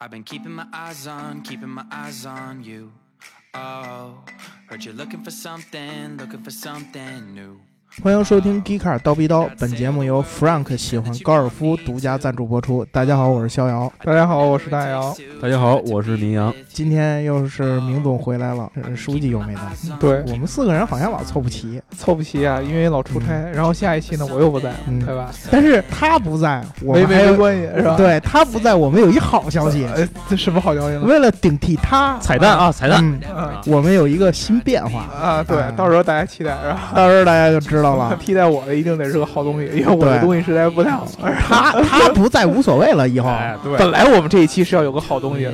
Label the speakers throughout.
Speaker 1: I've been keeping my eyes on, keeping my eyes on you. Oh, heard you're looking for something, looking for something new.
Speaker 2: 欢迎收听《g 卡尔刀逼刀》，本节目由 Frank 喜欢高尔夫独家赞助播出。大家好，我是逍遥。
Speaker 3: 大家好，我是大姚。
Speaker 4: 大家好我是明阳
Speaker 2: 今天又是明总回来了，呃书记又没来。
Speaker 3: 对，
Speaker 2: 我们四个人好像老凑不齐，
Speaker 3: 哎凑不齐啊，因为老出差。然后下一期呢，我又不在了，
Speaker 2: 嗯
Speaker 3: 对吧？
Speaker 2: 但是他不在，我
Speaker 3: 没
Speaker 2: 们还
Speaker 3: 没没
Speaker 2: 有
Speaker 3: 关系，是吧？
Speaker 2: 对他不在，我们有一好消息。
Speaker 3: 呃，这什么好消息呢？
Speaker 2: 为了顶替 他，
Speaker 4: 彩蛋啊，彩蛋！
Speaker 2: 嗯，
Speaker 3: 啊
Speaker 2: 我们有一个新变化，
Speaker 3: 啊，对
Speaker 2: 啊，
Speaker 3: 到时候大家期待，是吧？
Speaker 2: 到时候大家就知道了。
Speaker 3: 替代我的一定得是个好东西，因为我的
Speaker 2: 啊对
Speaker 3: 东西实在不太好。是吧
Speaker 2: 他他不在无所谓了，以后，
Speaker 4: 哎，对，
Speaker 3: 本来我们这一期是要有个好东西的，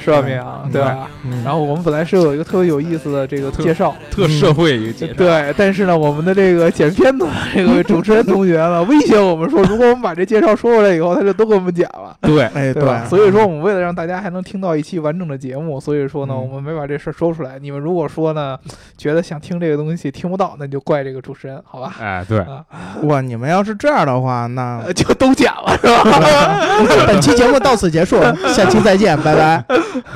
Speaker 3: 是吧，明阳？对吧？
Speaker 2: 嗯
Speaker 3: 然后我们本来是有一个特别有意思的这个介绍，
Speaker 4: 特社会一个解释。
Speaker 3: 对，但是呢，我们的 这个剪片子这个主持人同学呢，威胁我们说，如果我们把这介绍说出来以后，他就都给我们剪了。
Speaker 4: 对，
Speaker 2: 哎，
Speaker 3: 对
Speaker 2: 对
Speaker 3: 吧？，所以说我们为了让大家还能听到一期完整的节目，所以说呢，
Speaker 2: 嗯
Speaker 3: 我们没把这事儿说出来。你们如果说呢，觉得想听这个东西听不到，那就怪这个主持人，好吧？
Speaker 4: 哎，对，
Speaker 2: 哇，你们要是这样的话，那
Speaker 3: 呃 就都剪了是吧？
Speaker 2: 本期节目到此结束，下期再见，拜拜。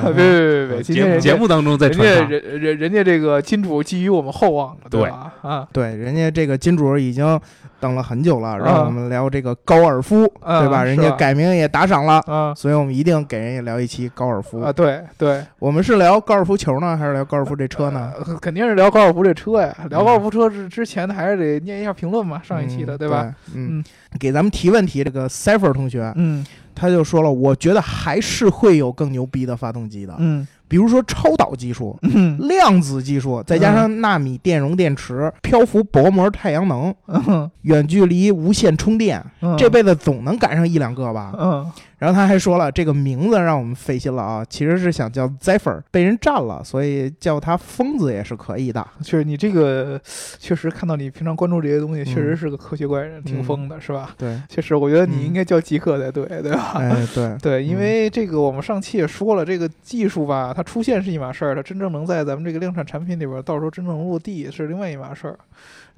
Speaker 3: 别别别别，今
Speaker 4: 节
Speaker 3: 天
Speaker 4: 目
Speaker 3: 人
Speaker 4: 节
Speaker 3: 家
Speaker 4: 目当中再
Speaker 3: 人家
Speaker 4: 穿插。
Speaker 3: 人人人家这个金主寄予我们厚望了，
Speaker 4: 对
Speaker 3: 吧？啊，
Speaker 2: 对，人家这个金主已经等了很久了，让
Speaker 3: 啊
Speaker 2: 我们聊这个高尔夫，
Speaker 3: 啊
Speaker 2: 对吧？
Speaker 3: 是
Speaker 2: 人家
Speaker 3: 吧
Speaker 2: 改名也打赏了，
Speaker 3: 啊
Speaker 2: 所以我们一定给人家聊一期高尔夫。
Speaker 3: 啊，对对，
Speaker 2: 我们是聊高尔夫球呢，还是聊高尔夫这车呢？
Speaker 3: 呃肯定是聊高尔夫这车呀。聊高尔夫车之之前还是得念一下评论嘛，上一期的
Speaker 2: 嗯
Speaker 3: 对
Speaker 2: 对
Speaker 3: 吧？？
Speaker 2: 嗯，给咱们提问题这个 Cipher 同学，
Speaker 3: 嗯
Speaker 2: 他就说了，我觉得还是会有更牛逼的发动机的，
Speaker 3: 嗯
Speaker 2: 比如说超导技术。
Speaker 3: 嗯
Speaker 2: 量子技术，再加上纳米电容电池、漂浮薄膜太阳能、
Speaker 3: 嗯
Speaker 2: 远距离无线充电，
Speaker 3: 嗯，
Speaker 2: 这辈子总能赶上一两个吧。
Speaker 3: 嗯
Speaker 2: 然后他还说了，这个名字让我们费心了啊，其实是想叫 Zephyr，被人占了，所以叫他疯子也是可以的。
Speaker 3: 确实，你这个确实看到你平常关注这些东西，
Speaker 2: 嗯
Speaker 3: 确实是个科学怪人，挺疯的，是吧？
Speaker 2: 对，
Speaker 3: 确实，我觉得你
Speaker 2: 嗯
Speaker 3: 应该叫极客才对，对吧？
Speaker 2: 哎，对，
Speaker 3: 对，因为这个我们上期也说了，这个技术吧，它出现是一码事儿，它真正能在咱们这个量产产品里边，到时候真正落地是另外一码事儿。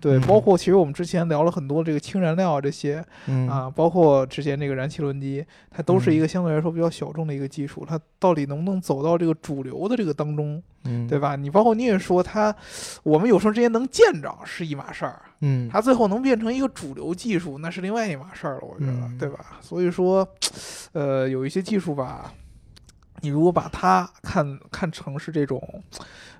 Speaker 3: 对，
Speaker 2: 嗯
Speaker 3: 包括其实我们之前聊了很多这个氢燃料啊这些
Speaker 2: 嗯，
Speaker 3: 啊，包括之前这个燃气轮机，它都是
Speaker 2: 嗯
Speaker 3: 一个相对来说比较小众的一个技术，它到底能不能走到这个主流的这个当中，
Speaker 2: 嗯，
Speaker 3: 对，吧？你包括你也说它，我们有时候之间能见着是一码事儿，
Speaker 2: 嗯，
Speaker 3: 它最后能变成一个主流技术，那是另外一码事儿了，我觉得，
Speaker 2: 嗯
Speaker 3: 对吧？所以说，呃，有一些技术吧，你如果把它看看成是这种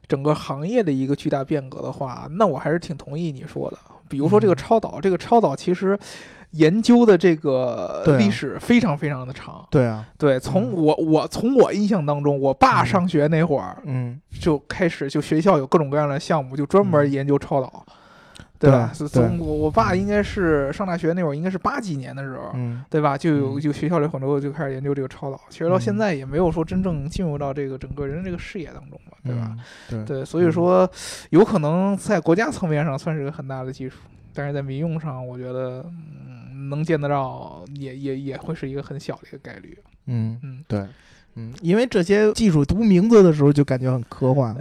Speaker 3: 整个行业的一个巨大变革的话，那我还是挺同意你说的。比如说这
Speaker 2: 嗯
Speaker 3: 个超导，这个超导其实研究的这个
Speaker 2: 对啊
Speaker 3: 历史非常非常的长。
Speaker 2: 对啊，
Speaker 3: 对，从
Speaker 2: 嗯
Speaker 3: 我我从我印象当中，我爸
Speaker 2: 嗯
Speaker 3: 上学那会儿，
Speaker 2: 嗯，
Speaker 3: 就开始就学校有各种各样的项目，就专门研究超导，
Speaker 2: 对
Speaker 3: 吧？
Speaker 2: 对
Speaker 3: 从我我爸应该是上大学那会儿，应该是八几年的时候，
Speaker 2: 嗯，
Speaker 3: 对吧？就有
Speaker 2: 嗯
Speaker 3: 就学校里很多就开始研究这个超导，其实到
Speaker 2: 嗯
Speaker 3: 现在也没有说真正进入到这个整个人的这个视野当中吧，对吧？
Speaker 2: 嗯？对，
Speaker 3: 对，所以说有可能在国家层面上算是个很大的技术，但是在民用上，我觉得。嗯，能见得到也也也会是一个很小的一个概率，
Speaker 2: 嗯，
Speaker 3: 嗯，
Speaker 2: 对。嗯，因为这些技术读名字的时候就感觉很科 幻，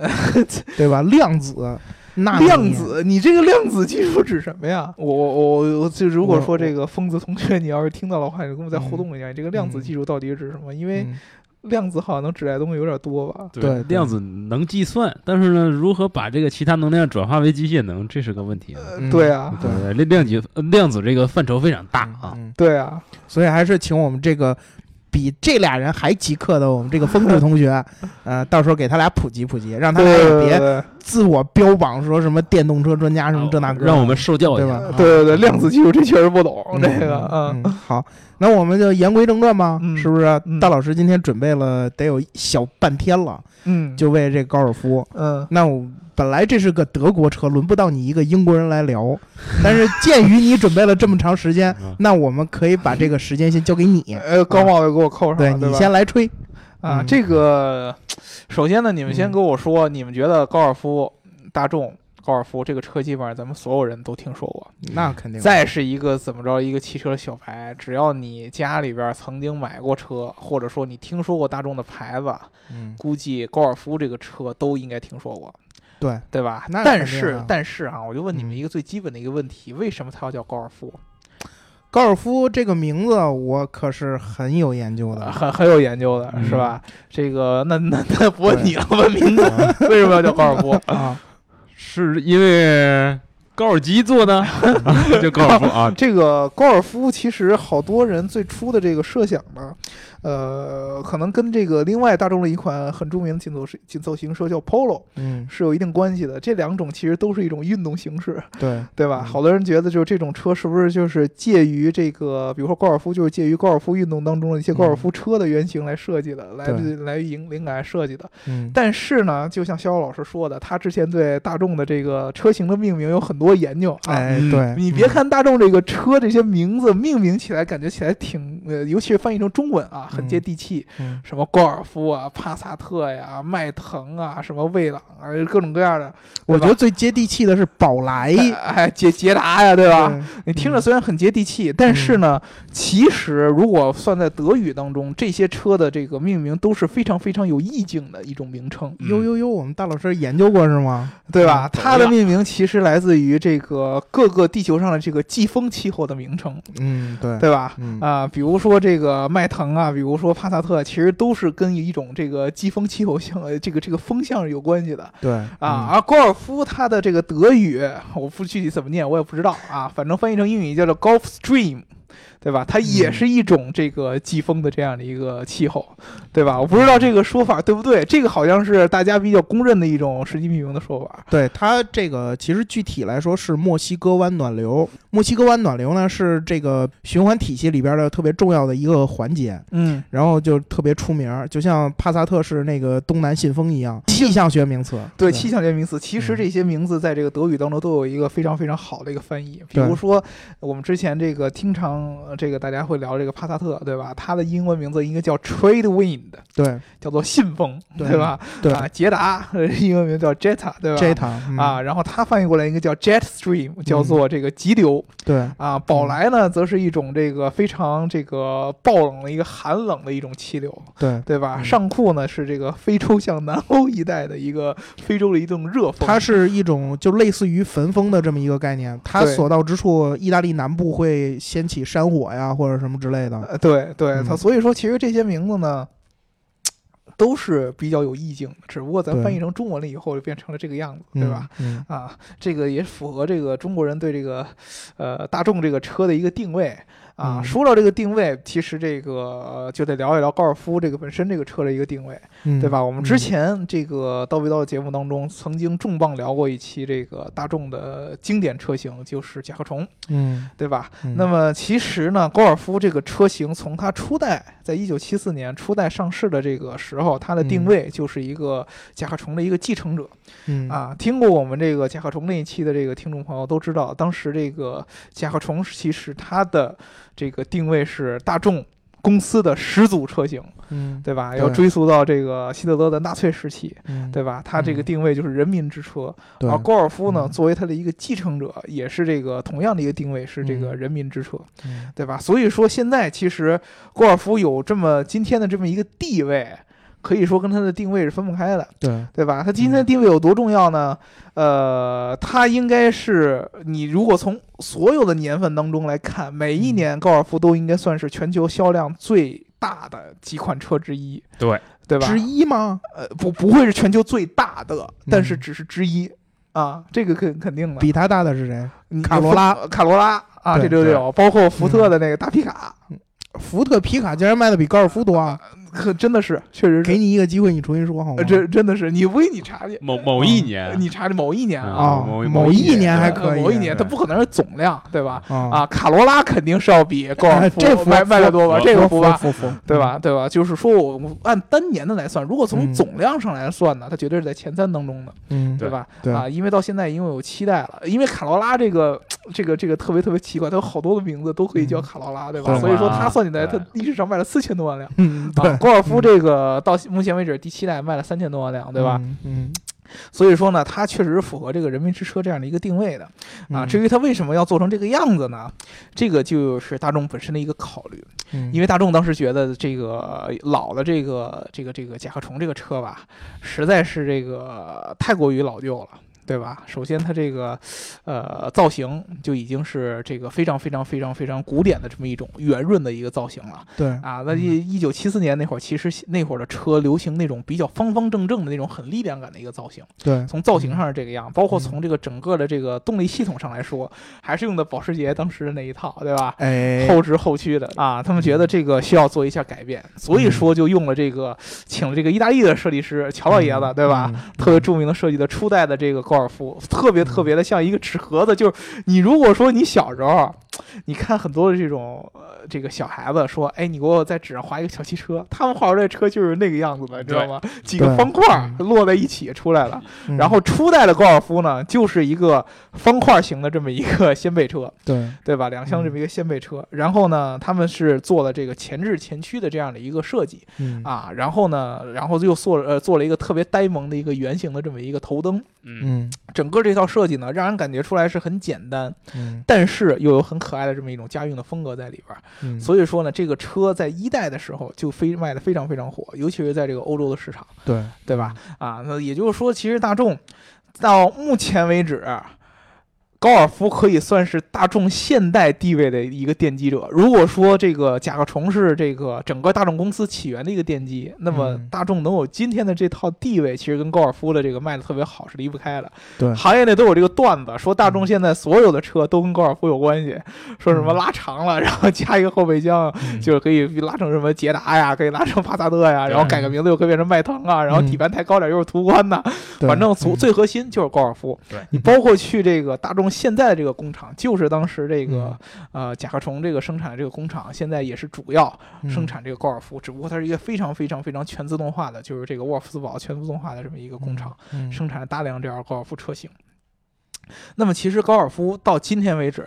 Speaker 2: 对吧？量子、纳米
Speaker 3: 量，子，你这个量子技术指什么呀？我我我我就嗯如果说这个疯子同学，你要是听到的话，你跟我们再互动一下，你这个量子技术到底指什么？因为
Speaker 2: 嗯
Speaker 3: 量子好像能指代的东西有点多吧？
Speaker 2: 对
Speaker 4: 量子能计算，但是呢，如何把这个其他能量转化为机械能，这是个问题啊。
Speaker 3: 呃
Speaker 2: 嗯
Speaker 3: 对啊，
Speaker 2: 对
Speaker 4: 对，量子量子这个范畴非常大啊。
Speaker 2: 嗯，
Speaker 3: 对啊，
Speaker 2: 所以还是请我们这个比这俩人还极客的我们这个疯子同学，呃，到时候给他俩普及普及，让他
Speaker 3: 对
Speaker 2: 俩也
Speaker 3: 对
Speaker 2: 别
Speaker 3: 对
Speaker 2: 自我标榜说什么电动车专家什么这那个的，
Speaker 4: 让我们受教
Speaker 2: 对
Speaker 4: 一
Speaker 2: 吧
Speaker 3: 对
Speaker 4: 下。？
Speaker 3: 嗯对对，量子技术这确实不懂
Speaker 2: 嗯
Speaker 3: 这个，嗯
Speaker 2: 嗯，好，那我们就言归正传吧，
Speaker 3: 嗯
Speaker 2: 是不是？
Speaker 3: 嗯
Speaker 2: 大老师今天准备了得有一小半天了，
Speaker 3: 嗯，
Speaker 2: 就为这高尔夫。
Speaker 3: 嗯。
Speaker 2: 那我本来这是个德国车，轮不到你一个英国人来聊，但是鉴于你准备了这么长时 间，
Speaker 4: 嗯
Speaker 2: 那我们可以把这个时间先交给你，
Speaker 3: 呃，高帽又给我扣上
Speaker 2: 啊对
Speaker 3: 了，对
Speaker 2: 你
Speaker 3: 吧？
Speaker 2: 先来吹。
Speaker 3: 啊，
Speaker 2: 嗯
Speaker 3: 这个首先呢，你们先
Speaker 2: 嗯
Speaker 3: 跟我说，你们觉得高尔夫、大众、高尔夫这个车，基本上咱们所有人都听说过，
Speaker 2: 那肯定
Speaker 3: 再是一个怎么着一个汽车小白，只要你家里边儿曾经买过车，或者说你听说过大众的牌子，
Speaker 2: 嗯，
Speaker 3: 估计高尔夫这个车都应该听说过，
Speaker 2: 对，
Speaker 3: 对吧？
Speaker 2: 那
Speaker 3: 但
Speaker 2: 肯定
Speaker 3: 是
Speaker 2: 啊
Speaker 3: 但是啊，我就问你们
Speaker 2: 嗯
Speaker 3: 一个最基本的一个问题，为什么它要叫高尔夫？
Speaker 2: 高尔夫这个名字我可是很有研究 的。
Speaker 3: 很很有研究的是吧？这个那那那不问
Speaker 2: 对
Speaker 3: 你了，问名字为什么要叫高尔 夫？
Speaker 2: 啊，
Speaker 4: 是因为高尔基做的， 就高尔夫 啊，
Speaker 3: 这个高尔夫其实好多人最初的这个设想呢，呃，可能跟这个另外大众的一款很著名的紧凑式紧凑型车叫 Polo
Speaker 2: 嗯，
Speaker 3: 是有一定关系的。这两种其实都是一种运动形式，
Speaker 2: 对，
Speaker 3: 对吧？
Speaker 2: 嗯
Speaker 3: 好多人觉得就是这种车是不是就是介于这个，比如说高尔夫，就是介于高尔夫运动当中的一些高尔夫车的原型来设计的，来
Speaker 2: 嗯对
Speaker 3: 自来灵灵感设计的。
Speaker 2: 嗯，
Speaker 3: 但是呢，就像肖老师说的，他之前对大众的这个车型的命名有很多研究啊。
Speaker 2: 哎，
Speaker 4: 嗯
Speaker 2: 对，
Speaker 3: 你别看大众这个车这些名字命名起来，感觉起来挺呃，尤其是翻译成中文啊，很接地气。
Speaker 2: 嗯，
Speaker 3: 什么高尔夫啊、帕萨特呀、迈腾啊、什么蔚朗啊，各种各样的。
Speaker 2: 我
Speaker 3: 对吧
Speaker 2: 觉得最接地气的是宝来，
Speaker 3: 哎，捷捷达呀，对吧？
Speaker 2: 对嗯
Speaker 3: 你听着虽然很接地气，但是呢，其实如果算在德语当中，这些车的这个命名都是非常非常有意境的一种名称，
Speaker 2: 呦呦呦，我们大老师研究过是吗？
Speaker 3: 对吧？
Speaker 4: 嗯
Speaker 3: 它的命名其实来自于这个各个地球上的这个季风气候的名称，
Speaker 2: 嗯，对，
Speaker 3: 对吧？
Speaker 2: 嗯，
Speaker 3: 啊、比如说这个迈腾啊，比如说帕萨特，其实都是跟一种这个季风气候向呃这个这个风向是有关系的。
Speaker 2: 对，嗯
Speaker 3: 啊，而高尔夫它的这个德语，我不具体怎么念，我也不知道啊，反正翻译成英语叫做 Golf Stream，对吧？它也
Speaker 2: 嗯
Speaker 3: 是一种这个季风的这样的一个气候，对吧？我不知道这个说法对不对，这个好像是大家比较公认的一种实际命名的说法。
Speaker 2: 对它这个其实具体来说是墨西哥湾暖流。墨西哥湾暖流呢是这个循环体系里边的特别重要的一个环节，
Speaker 3: 嗯，
Speaker 2: 然后就特别出名儿，就像帕萨特是那个东南信封一 样，气象学名词。
Speaker 3: 对，气象学名词，其实
Speaker 2: 嗯
Speaker 3: 这些名字在这个德语当中都有一个非常非常好的一个翻译。比
Speaker 2: 对
Speaker 3: 如说，我们之前这个经常呃这个大家会聊这个帕萨特，对吧？它的英文名字应该叫 Trade Wind，
Speaker 2: 对
Speaker 3: 叫做信风，
Speaker 2: 对
Speaker 3: 吧？
Speaker 2: 对
Speaker 3: 啊，捷达呃英文名叫 Jetta，对吧
Speaker 2: ，J 塔
Speaker 3: 啊，，然后它翻译过来应该叫 Jet
Speaker 2: 嗯
Speaker 3: Stream，叫做这个急流、
Speaker 2: 对
Speaker 3: 啊。宝来呢，则是一种这个非常这个暴冷的一个寒冷的一种气流，
Speaker 2: 对，
Speaker 3: 对吧？
Speaker 2: 嗯
Speaker 3: 上库呢是这个非洲向南欧一带的一个非洲的一种热风，
Speaker 2: 它是一种就类似于焚风的这么一个概念，它
Speaker 3: 对
Speaker 2: 所到之处，意大利南部会掀起山火呀或者什么之类的。
Speaker 3: 呃对对，
Speaker 2: 嗯
Speaker 3: 它所以说其实这些名字呢。都是比较有意境的，只不过咱
Speaker 2: 对
Speaker 3: 翻译成中文了以后就变成了这个样子，对吧？
Speaker 2: 嗯？
Speaker 3: 啊，这个也符合这个中国人对这个呃大众这个车的一个定位啊。
Speaker 2: 嗯
Speaker 3: 说到这个定位，其实这个、呃就得聊一聊高尔夫这个本身这个车的一个定位，
Speaker 2: 嗯，嗯
Speaker 3: 对吧？我们之
Speaker 2: 嗯
Speaker 3: 前这个叨逼叨的节目当中，曾经重磅聊过一期这个大众的经典车型，就是甲壳虫，
Speaker 2: 嗯，
Speaker 3: 对吧？
Speaker 2: 嗯
Speaker 3: 那么其实呢，高尔夫这个车型从它初代在一九七四年初代上市的这个时候，它的
Speaker 2: 嗯
Speaker 3: 定位就是一个甲壳虫的一个继承者。
Speaker 2: 嗯
Speaker 3: 啊，听过我们这个甲壳虫那一期的这个听众朋友都知道，当时这个甲壳虫其实它的这个定位是大众公司的始祖车型，
Speaker 2: 嗯
Speaker 3: 对吧？
Speaker 2: 对
Speaker 3: 要追溯到这个希特勒的纳粹时期，
Speaker 2: 嗯
Speaker 3: 对吧？它这个
Speaker 2: 嗯
Speaker 3: 定位就是人民之车，
Speaker 2: 对
Speaker 3: 而高尔夫呢，
Speaker 2: 嗯
Speaker 3: 作为它的一个继承者，也是这个同样的一个定位是这个
Speaker 2: 嗯
Speaker 3: 人民之车，
Speaker 2: 嗯
Speaker 3: 对吧？所以说现在其实高尔夫有这么今天的这么一个地位，可以说跟它的定位是分不开的。
Speaker 2: 对
Speaker 3: 对吧？它今
Speaker 2: 嗯
Speaker 3: 天的地位有多重要呢？呃，它应该是你如果从所有的年份当中来看，每
Speaker 2: 嗯
Speaker 3: 一年高尔夫都应该算是全球销量最大的几款车之一，
Speaker 4: 对
Speaker 3: 对吧？
Speaker 2: 之一吗？
Speaker 3: 呃，不不会是全球最大的，但是
Speaker 2: 嗯
Speaker 3: 只是之一、啊，这个肯肯定的。
Speaker 2: 比它大的是谁？
Speaker 3: 你
Speaker 2: 卡罗拉
Speaker 3: 呃卡罗拉啊，这
Speaker 2: 对嗯
Speaker 3: 就有，包括福特的那个大皮卡，
Speaker 2: 福特皮卡竟然卖的比高尔夫多啊！
Speaker 3: 可真的是，确实
Speaker 2: 给
Speaker 3: 是，
Speaker 2: 你一个机会，你重新说好吗
Speaker 3: 呃？真真的是，你不信你查去，
Speaker 4: 某某一年，
Speaker 3: 你查去某一年啊，
Speaker 2: 哎啊，
Speaker 4: 某
Speaker 2: 某
Speaker 4: 一
Speaker 2: 一
Speaker 4: 年
Speaker 2: 年还
Speaker 3: 呃
Speaker 2: 可以，
Speaker 3: 某一年它
Speaker 4: 对
Speaker 3: 不可能是总量，对吧？
Speaker 2: 啊哎
Speaker 3: 啊，卡罗拉肯定是要比高尔夫
Speaker 2: 这服
Speaker 3: 卖卖的多吧？
Speaker 4: 服
Speaker 3: 这个
Speaker 2: 服
Speaker 3: 服吧，
Speaker 2: 服服，服
Speaker 3: 对？吧？对吧？就是说我我按单年的来算，如果从
Speaker 2: 嗯
Speaker 3: 总量上来算呢，它绝对是在前三当中的，
Speaker 2: 嗯，
Speaker 4: 对
Speaker 3: 吧？
Speaker 2: 对
Speaker 3: 啊，因为到现在已经有期待了，因为卡罗拉这个这个这个特别特别奇怪，它有好多的名字都可以叫
Speaker 2: 嗯
Speaker 3: 卡罗拉，对
Speaker 4: 卡
Speaker 3: 吧？
Speaker 4: 罗
Speaker 3: 所以说
Speaker 4: 拉
Speaker 3: 它算起来，它
Speaker 4: 对
Speaker 3: 历史上卖了四千多万辆。
Speaker 2: 嗯，
Speaker 3: 啊，
Speaker 2: 对，
Speaker 3: 高尔夫这个到目前为止第七代卖了三千多万辆，对吧？
Speaker 2: 嗯？嗯，
Speaker 3: 所以说呢，它确实是符合这个人民之车这样的一个定位的。啊，至
Speaker 2: 个，
Speaker 3: 于它为什么要做成这个样子呢？这个就是大众本身的一个考虑，因
Speaker 2: 为
Speaker 3: 为大众当时觉得这个老的这个这个这个甲壳虫这个车吧，实在是这个太过于老旧了。对吧？首先它这个呃造型就已经是这个非常非常非常非常古典的这么一种圆润的一个造型了
Speaker 2: 对，
Speaker 3: 啊。那一一九七四年那会儿，其实那会儿的车流行那种比较方方正正的那种很力量感的一个造型。
Speaker 2: 对，
Speaker 3: 从造型上
Speaker 2: 嗯
Speaker 3: 是这个样，包括从这个整个的这个动力系统上来说，还是用的保时捷当时的那一套，对吧？
Speaker 2: 哎，嗯
Speaker 3: 后直后屈的啊，他们觉得这个需要做一下改变，所以说就用了这个，请了这个意大利的设计师乔老爷子，对吧？
Speaker 2: 嗯？
Speaker 3: 特别著名的设计的初代的这个高尔夫，特别特别的像一个纸盒子。就是你如果说你小时候，你看很多的这种呃这个小孩子说，哎，你给我在纸上画一个小汽车，他们画出来的车就是那个样子的，你知道吗？几个
Speaker 2: 对
Speaker 3: 方块儿
Speaker 2: 嗯
Speaker 3: 摞在一起出来了。
Speaker 2: 嗯
Speaker 3: 然后初代的高尔夫呢，就是一个方块型的这么一个掀背车，
Speaker 2: 对，
Speaker 3: 对吧？两厢这么一个掀背车。
Speaker 2: 嗯
Speaker 3: 然后呢，他们是做了这个前置前驱的这样的一个设计
Speaker 2: 嗯，
Speaker 3: 啊，然后呢，然后又做了呃做了一个特别呆萌的一个圆形的这么一个头灯。
Speaker 4: 嗯，
Speaker 2: 嗯
Speaker 3: 整个这套设计呢，让人感觉出来是很简单，
Speaker 2: 嗯
Speaker 3: 但是又有很可爱的这么一种家用的风格在里边儿。
Speaker 2: 嗯，
Speaker 3: 所以说呢，这个车在一代的时候就非卖的非常非常火，尤其是在这个欧洲的市场。
Speaker 2: 对，
Speaker 3: 对吧？
Speaker 2: 嗯
Speaker 3: 啊，那也就是说，其实大众到目前为止，高尔夫可以算是大众现代地位的一个奠基者。如果说这个甲壳虫是这个整个大众公司起源的一个奠基，那么
Speaker 2: 嗯
Speaker 3: 大众能有今天的这套地位，其实跟高尔夫的这个卖的特别好是离不开的。
Speaker 2: 对
Speaker 3: 行业内都有这个段子，说大众现在所有的车都跟高尔夫有关系，说什么
Speaker 2: 嗯
Speaker 3: 拉长了，然后加一个后备箱，
Speaker 2: 嗯
Speaker 3: 就是可以拉成什么捷达呀，可以拉成帕萨特呀，
Speaker 4: 对
Speaker 3: 然后改个名字又可以变成迈腾啊，然后
Speaker 2: 嗯
Speaker 3: 底盘抬高点又是途观呐，
Speaker 2: 对嗯
Speaker 3: 反正从最核心就是高尔夫。
Speaker 4: 对
Speaker 3: 你包括去这个大众现在的这个工厂，就是当时这个
Speaker 2: 嗯
Speaker 3: 呃甲壳虫这个生产的这个工厂，现在也是主要
Speaker 2: 嗯
Speaker 3: 生，产这个高尔夫，只不过它是一个非常非常非常全自动化的，就是这个沃尔夫斯堡全自动化的这么一个工厂。
Speaker 2: 嗯嗯
Speaker 3: 生产了大量这样高尔夫车型。那么其实高尔夫到今天为止，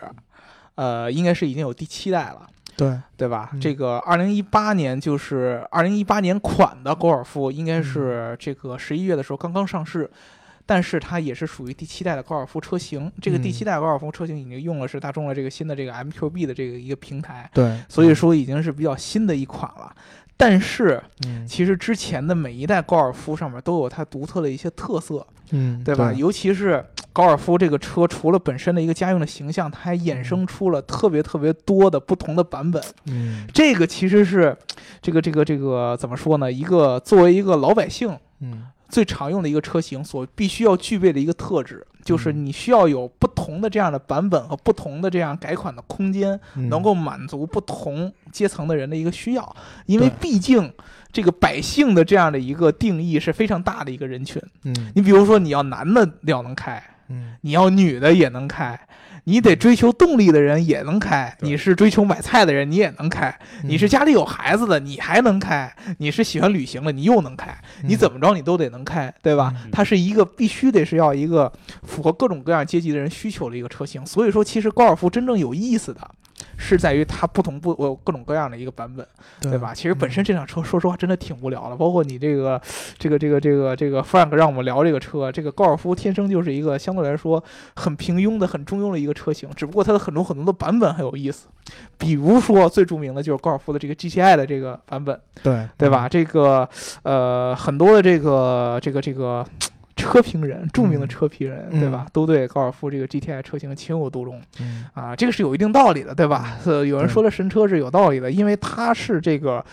Speaker 3: 呃，应该是已经有第七代了。
Speaker 2: 对，
Speaker 3: 对吧？
Speaker 2: 嗯
Speaker 3: 这个二零一八年就是二零一八年款的高尔夫，应
Speaker 2: 嗯
Speaker 3: 该是这个十一月的时候刚刚上市，但是它也是属于第七代的高尔夫车型。这个第
Speaker 2: 嗯
Speaker 3: 七代高尔夫车型已经用的是大众的这个新的这个 MQB 的这个一个平台，
Speaker 2: 对，
Speaker 3: 所以说已经是比较新的一款了。但是
Speaker 2: 嗯，
Speaker 3: 其实之前的每一代高尔夫上面都有它独特的一些特色，
Speaker 2: 嗯，
Speaker 3: 对吧？尤其是高尔夫这个车，除了本身的一个家用的形象，它还衍生出了特别特别多的不同的版本。
Speaker 2: 嗯，
Speaker 3: 这个其实是这个这个这个怎么说呢？一个作为一个老百姓
Speaker 2: 嗯，
Speaker 3: 最常用的一个车型所必须要具备的一个特质，就是
Speaker 2: 嗯
Speaker 3: 你需要有不同的这样的版本和不同的这样改款的空间，
Speaker 2: 嗯
Speaker 3: 能够满足不同阶层的人的一个需要。因为
Speaker 2: 对
Speaker 3: 毕竟这个百姓的这样的一个定义是非常大的一个人群。
Speaker 2: 嗯，
Speaker 3: 你比如说，你要男的要能开，
Speaker 2: 嗯，
Speaker 3: 你要女的也能开，你得追求动力的人也能开，
Speaker 4: 对
Speaker 3: 你是追求买菜的人你也能开，
Speaker 2: 嗯
Speaker 3: 你是家里有孩子的你还能开，你是喜欢旅行的你又能开，你怎
Speaker 2: 么
Speaker 3: 么着你都得能开，对吧
Speaker 2: 嗯？
Speaker 3: 它是一个必须得是要一个符合各种各样阶级的人需求的一个车型，所以说其实高尔夫真正有意思的。是在于它不同不呃各种各样的一个版本，
Speaker 2: 嗯
Speaker 3: 对吧？其实本身这辆车，说实话真的挺无聊的。包括你这个这个这个这个这个 Frank 让我们聊这个车，这个高尔夫天生就是一个相对来说很平庸的、很中庸的一个车型，只不过它的很多很多的版本很有意思。比如说最著名的就是高尔夫的这个 GTI 的这个版本，
Speaker 2: 对
Speaker 3: 对？吧？这个呃，很多的这个这个这个车评人，著名的
Speaker 2: 嗯
Speaker 3: 车评人，
Speaker 2: 嗯
Speaker 3: 对吧？都对高尔夫这个 GTI 车型情有独钟
Speaker 2: 嗯
Speaker 3: 啊，这个是有一定道理的，对吧？呃，有人
Speaker 2: 对
Speaker 3: 说的神车是有道理的，因为它是这个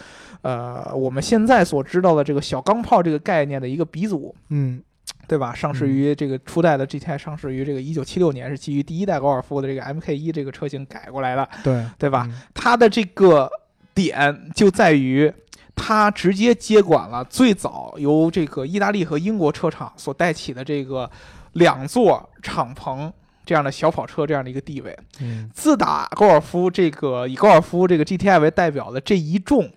Speaker 3: 呃我们现在所知道的这个小钢炮这个概念的一个鼻祖。
Speaker 2: 嗯，
Speaker 3: 对吧？上市于这个初代的 GTI 上市于这个一九七六年，是基于第一代高尔夫的这个 MK 一这个车型改过来的，
Speaker 2: 对，
Speaker 3: 对吧？
Speaker 2: 嗯？
Speaker 3: 它的这个点就在于，它直接接管了最早由这个意大利和英国车厂所带起的这个两座敞篷这样的小跑车这样的一个地位。
Speaker 2: 嗯，
Speaker 3: 自打高尔夫这个以高尔夫这个 GTI 为代表的这一众。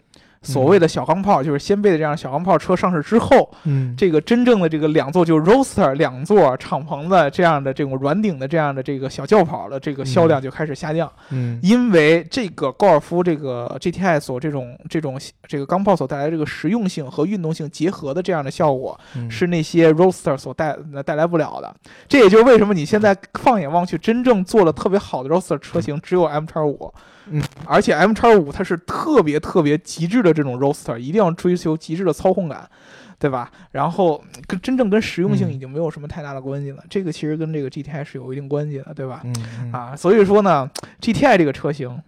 Speaker 3: 所谓的小钢炮，就是先辈的这样小钢炮车上市之后，
Speaker 2: 嗯，
Speaker 3: 这个真正的这个两座就是 Roaster 两座敞篷的这样的这种软顶的这样的这个小轿跑的这个销量就开始下降。
Speaker 2: 嗯，
Speaker 3: 因为这个高尔夫这个 GTI 所这种这种这个钢炮所带来这个实用性和运动性结合的这样的效果，
Speaker 2: 嗯，
Speaker 3: 是那些 Roadster 所带呃带来不了的。这也就是为什么你现在放眼望去，真正做的特别好的 Roadster 车型只有 M 叉五
Speaker 2: 嗯，
Speaker 3: 而且 M 叉五它是特别特别极致的这种 roaster，一定要追求极致的操控感，对吧？然后跟真正跟实用性
Speaker 2: 嗯
Speaker 3: 已经没有什么太大的关系了，这个其实跟这个 GTI 是有一定关系的，对吧？
Speaker 2: 嗯嗯
Speaker 3: 啊，所以说呢，GTI 这个车型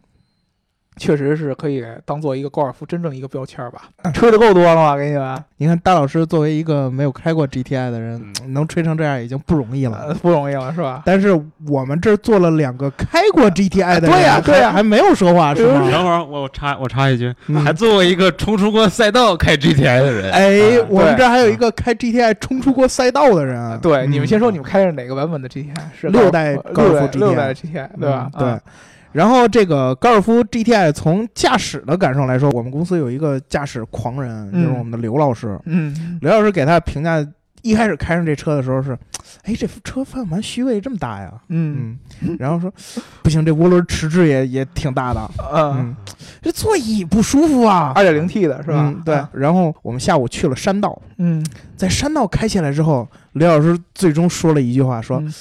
Speaker 3: 确实是可以当做一个高尔夫真正一个标签儿吧，
Speaker 2: 嗯
Speaker 3: 吹的够多了吧，给你们，
Speaker 2: 你看大老师作为一个没有开过 GTI 的人，能吹成这样已经不容易了。
Speaker 3: 嗯呃，不容易了是吧？
Speaker 2: 但是我们这儿坐了两个开过 GTI 的人，
Speaker 3: 啊对呀对呀
Speaker 2: 还还没有说话是吗？
Speaker 4: 等会儿啊我插我插一句，
Speaker 2: 嗯
Speaker 4: 还
Speaker 3: 啊
Speaker 4: 作为一个冲出过赛道开 GTI 的人，
Speaker 2: 哎，我们
Speaker 3: 对嗯
Speaker 2: 这儿还有一个开 GTI 冲出过赛道的人啊。
Speaker 3: 对，你们先说
Speaker 2: 嗯
Speaker 3: 你们开的是哪个版本的 GTI？是
Speaker 2: 六
Speaker 3: 高尔
Speaker 2: 代
Speaker 3: 夫
Speaker 2: 高尔
Speaker 3: 六代
Speaker 2: 夫
Speaker 3: 六
Speaker 2: GTI
Speaker 3: 代的 GTI 对吧？
Speaker 2: 嗯对
Speaker 3: 啊，。
Speaker 2: 然后这个高尔夫 GTI 从驾驶的感受来说，我们公司有一个驾驶狂人，就是
Speaker 3: 嗯
Speaker 2: 我们的刘老师。
Speaker 3: 嗯，
Speaker 2: 刘老师给他评价，一开始开上这车的时候是，哎，这车方向盘虚位这么大呀？
Speaker 3: 嗯
Speaker 2: 嗯，然后说不行，这涡轮迟滞也也挺大的，
Speaker 3: 嗯，
Speaker 2: 嗯，这座椅不舒服啊，
Speaker 3: 二点零 T 的是吧
Speaker 2: 嗯？对
Speaker 3: 啊，。
Speaker 2: 然后我们下午去了山道，
Speaker 3: 嗯，
Speaker 2: 在山道开起来之后，刘老师最终说了一句话，说
Speaker 3: 嗯，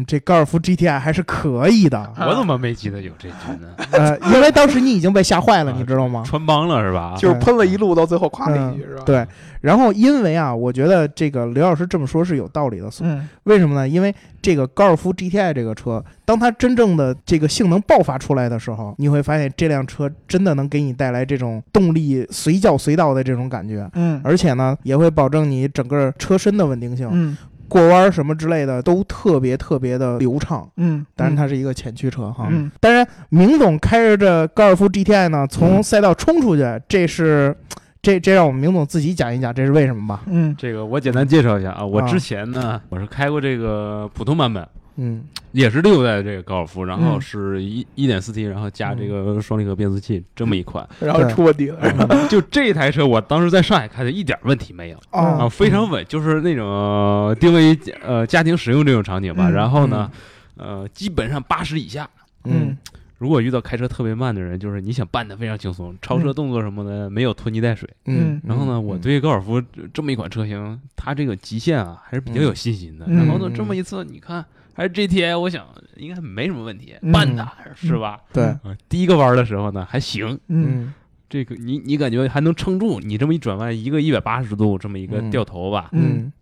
Speaker 2: 嗯，这高尔夫 GTI 还是可以的，
Speaker 4: 我怎么没记得有这句呢？
Speaker 2: 呃，因为当时你已经被吓坏了，
Speaker 4: 啊
Speaker 2: 你知道吗？
Speaker 4: 穿帮了是吧？
Speaker 3: 就是喷了一路，到最后夸了一句
Speaker 2: 啊嗯
Speaker 3: 是吧？
Speaker 2: 对，然后因为啊，我觉得这个刘老师这么说是有道理的，
Speaker 3: 嗯，
Speaker 2: 为什么呢？因为这个高尔夫 GTI 这个车，当它真正的这个性能爆发出来的时候，你会发现这辆车真的能给你带来这种动力随叫随到的这种感觉，
Speaker 3: 嗯
Speaker 2: 而且呢，也会保证你整个车身的稳定性，
Speaker 3: 嗯
Speaker 2: 过弯儿什么之类的都特别特别的流畅。
Speaker 3: 嗯，
Speaker 2: 当然，它是一个前驱车哈。
Speaker 3: 嗯
Speaker 2: 当然，明总开着这高尔夫 GTI 呢，从赛道冲出去，这是这这让我们明总自己讲一讲，这是为什么吧？
Speaker 3: 嗯
Speaker 4: 这个我简单介绍一下啊，我
Speaker 2: 啊
Speaker 4: 之前呢，我是开过这个普通版本，
Speaker 2: 嗯
Speaker 4: 也是六代的这个高尔夫，然后
Speaker 3: 嗯
Speaker 4: 是一一点四 T，然后加这个双离合变速器这么一款。
Speaker 3: 嗯，然后
Speaker 2: 对嗯
Speaker 3: 出问题了是吧？
Speaker 4: 就这台车，我当时在上海开的，一点问题没有
Speaker 2: 哦
Speaker 4: 啊，非常
Speaker 3: 嗯
Speaker 4: 稳，就是那种呃定位于呃家庭使用这种场景吧。
Speaker 3: 嗯
Speaker 4: 然后呢，呃，基本上八十以下。
Speaker 2: 嗯
Speaker 4: 如果遇到开车特别慢的人，就是你想办的非常轻松，超车动作什么的没有拖泥带水。
Speaker 2: 嗯
Speaker 3: 嗯。
Speaker 4: 然后呢，我
Speaker 2: 嗯
Speaker 4: 对高尔夫这这么一款车型，它这个极限啊还是比较有信心的。
Speaker 3: 嗯
Speaker 4: 然后呢
Speaker 2: 嗯，
Speaker 4: 这么一次你看，还是 GTI，我想应该没什么问题，
Speaker 3: 嗯
Speaker 4: 办的是吧？
Speaker 2: 对，
Speaker 4: 啊，第一个弯的时候呢还行，
Speaker 3: 嗯
Speaker 2: 嗯
Speaker 4: 这个你你感觉还能撑住，你这么一转弯，一个一百八十度这么一个掉头吧，
Speaker 3: 嗯
Speaker 2: 嗯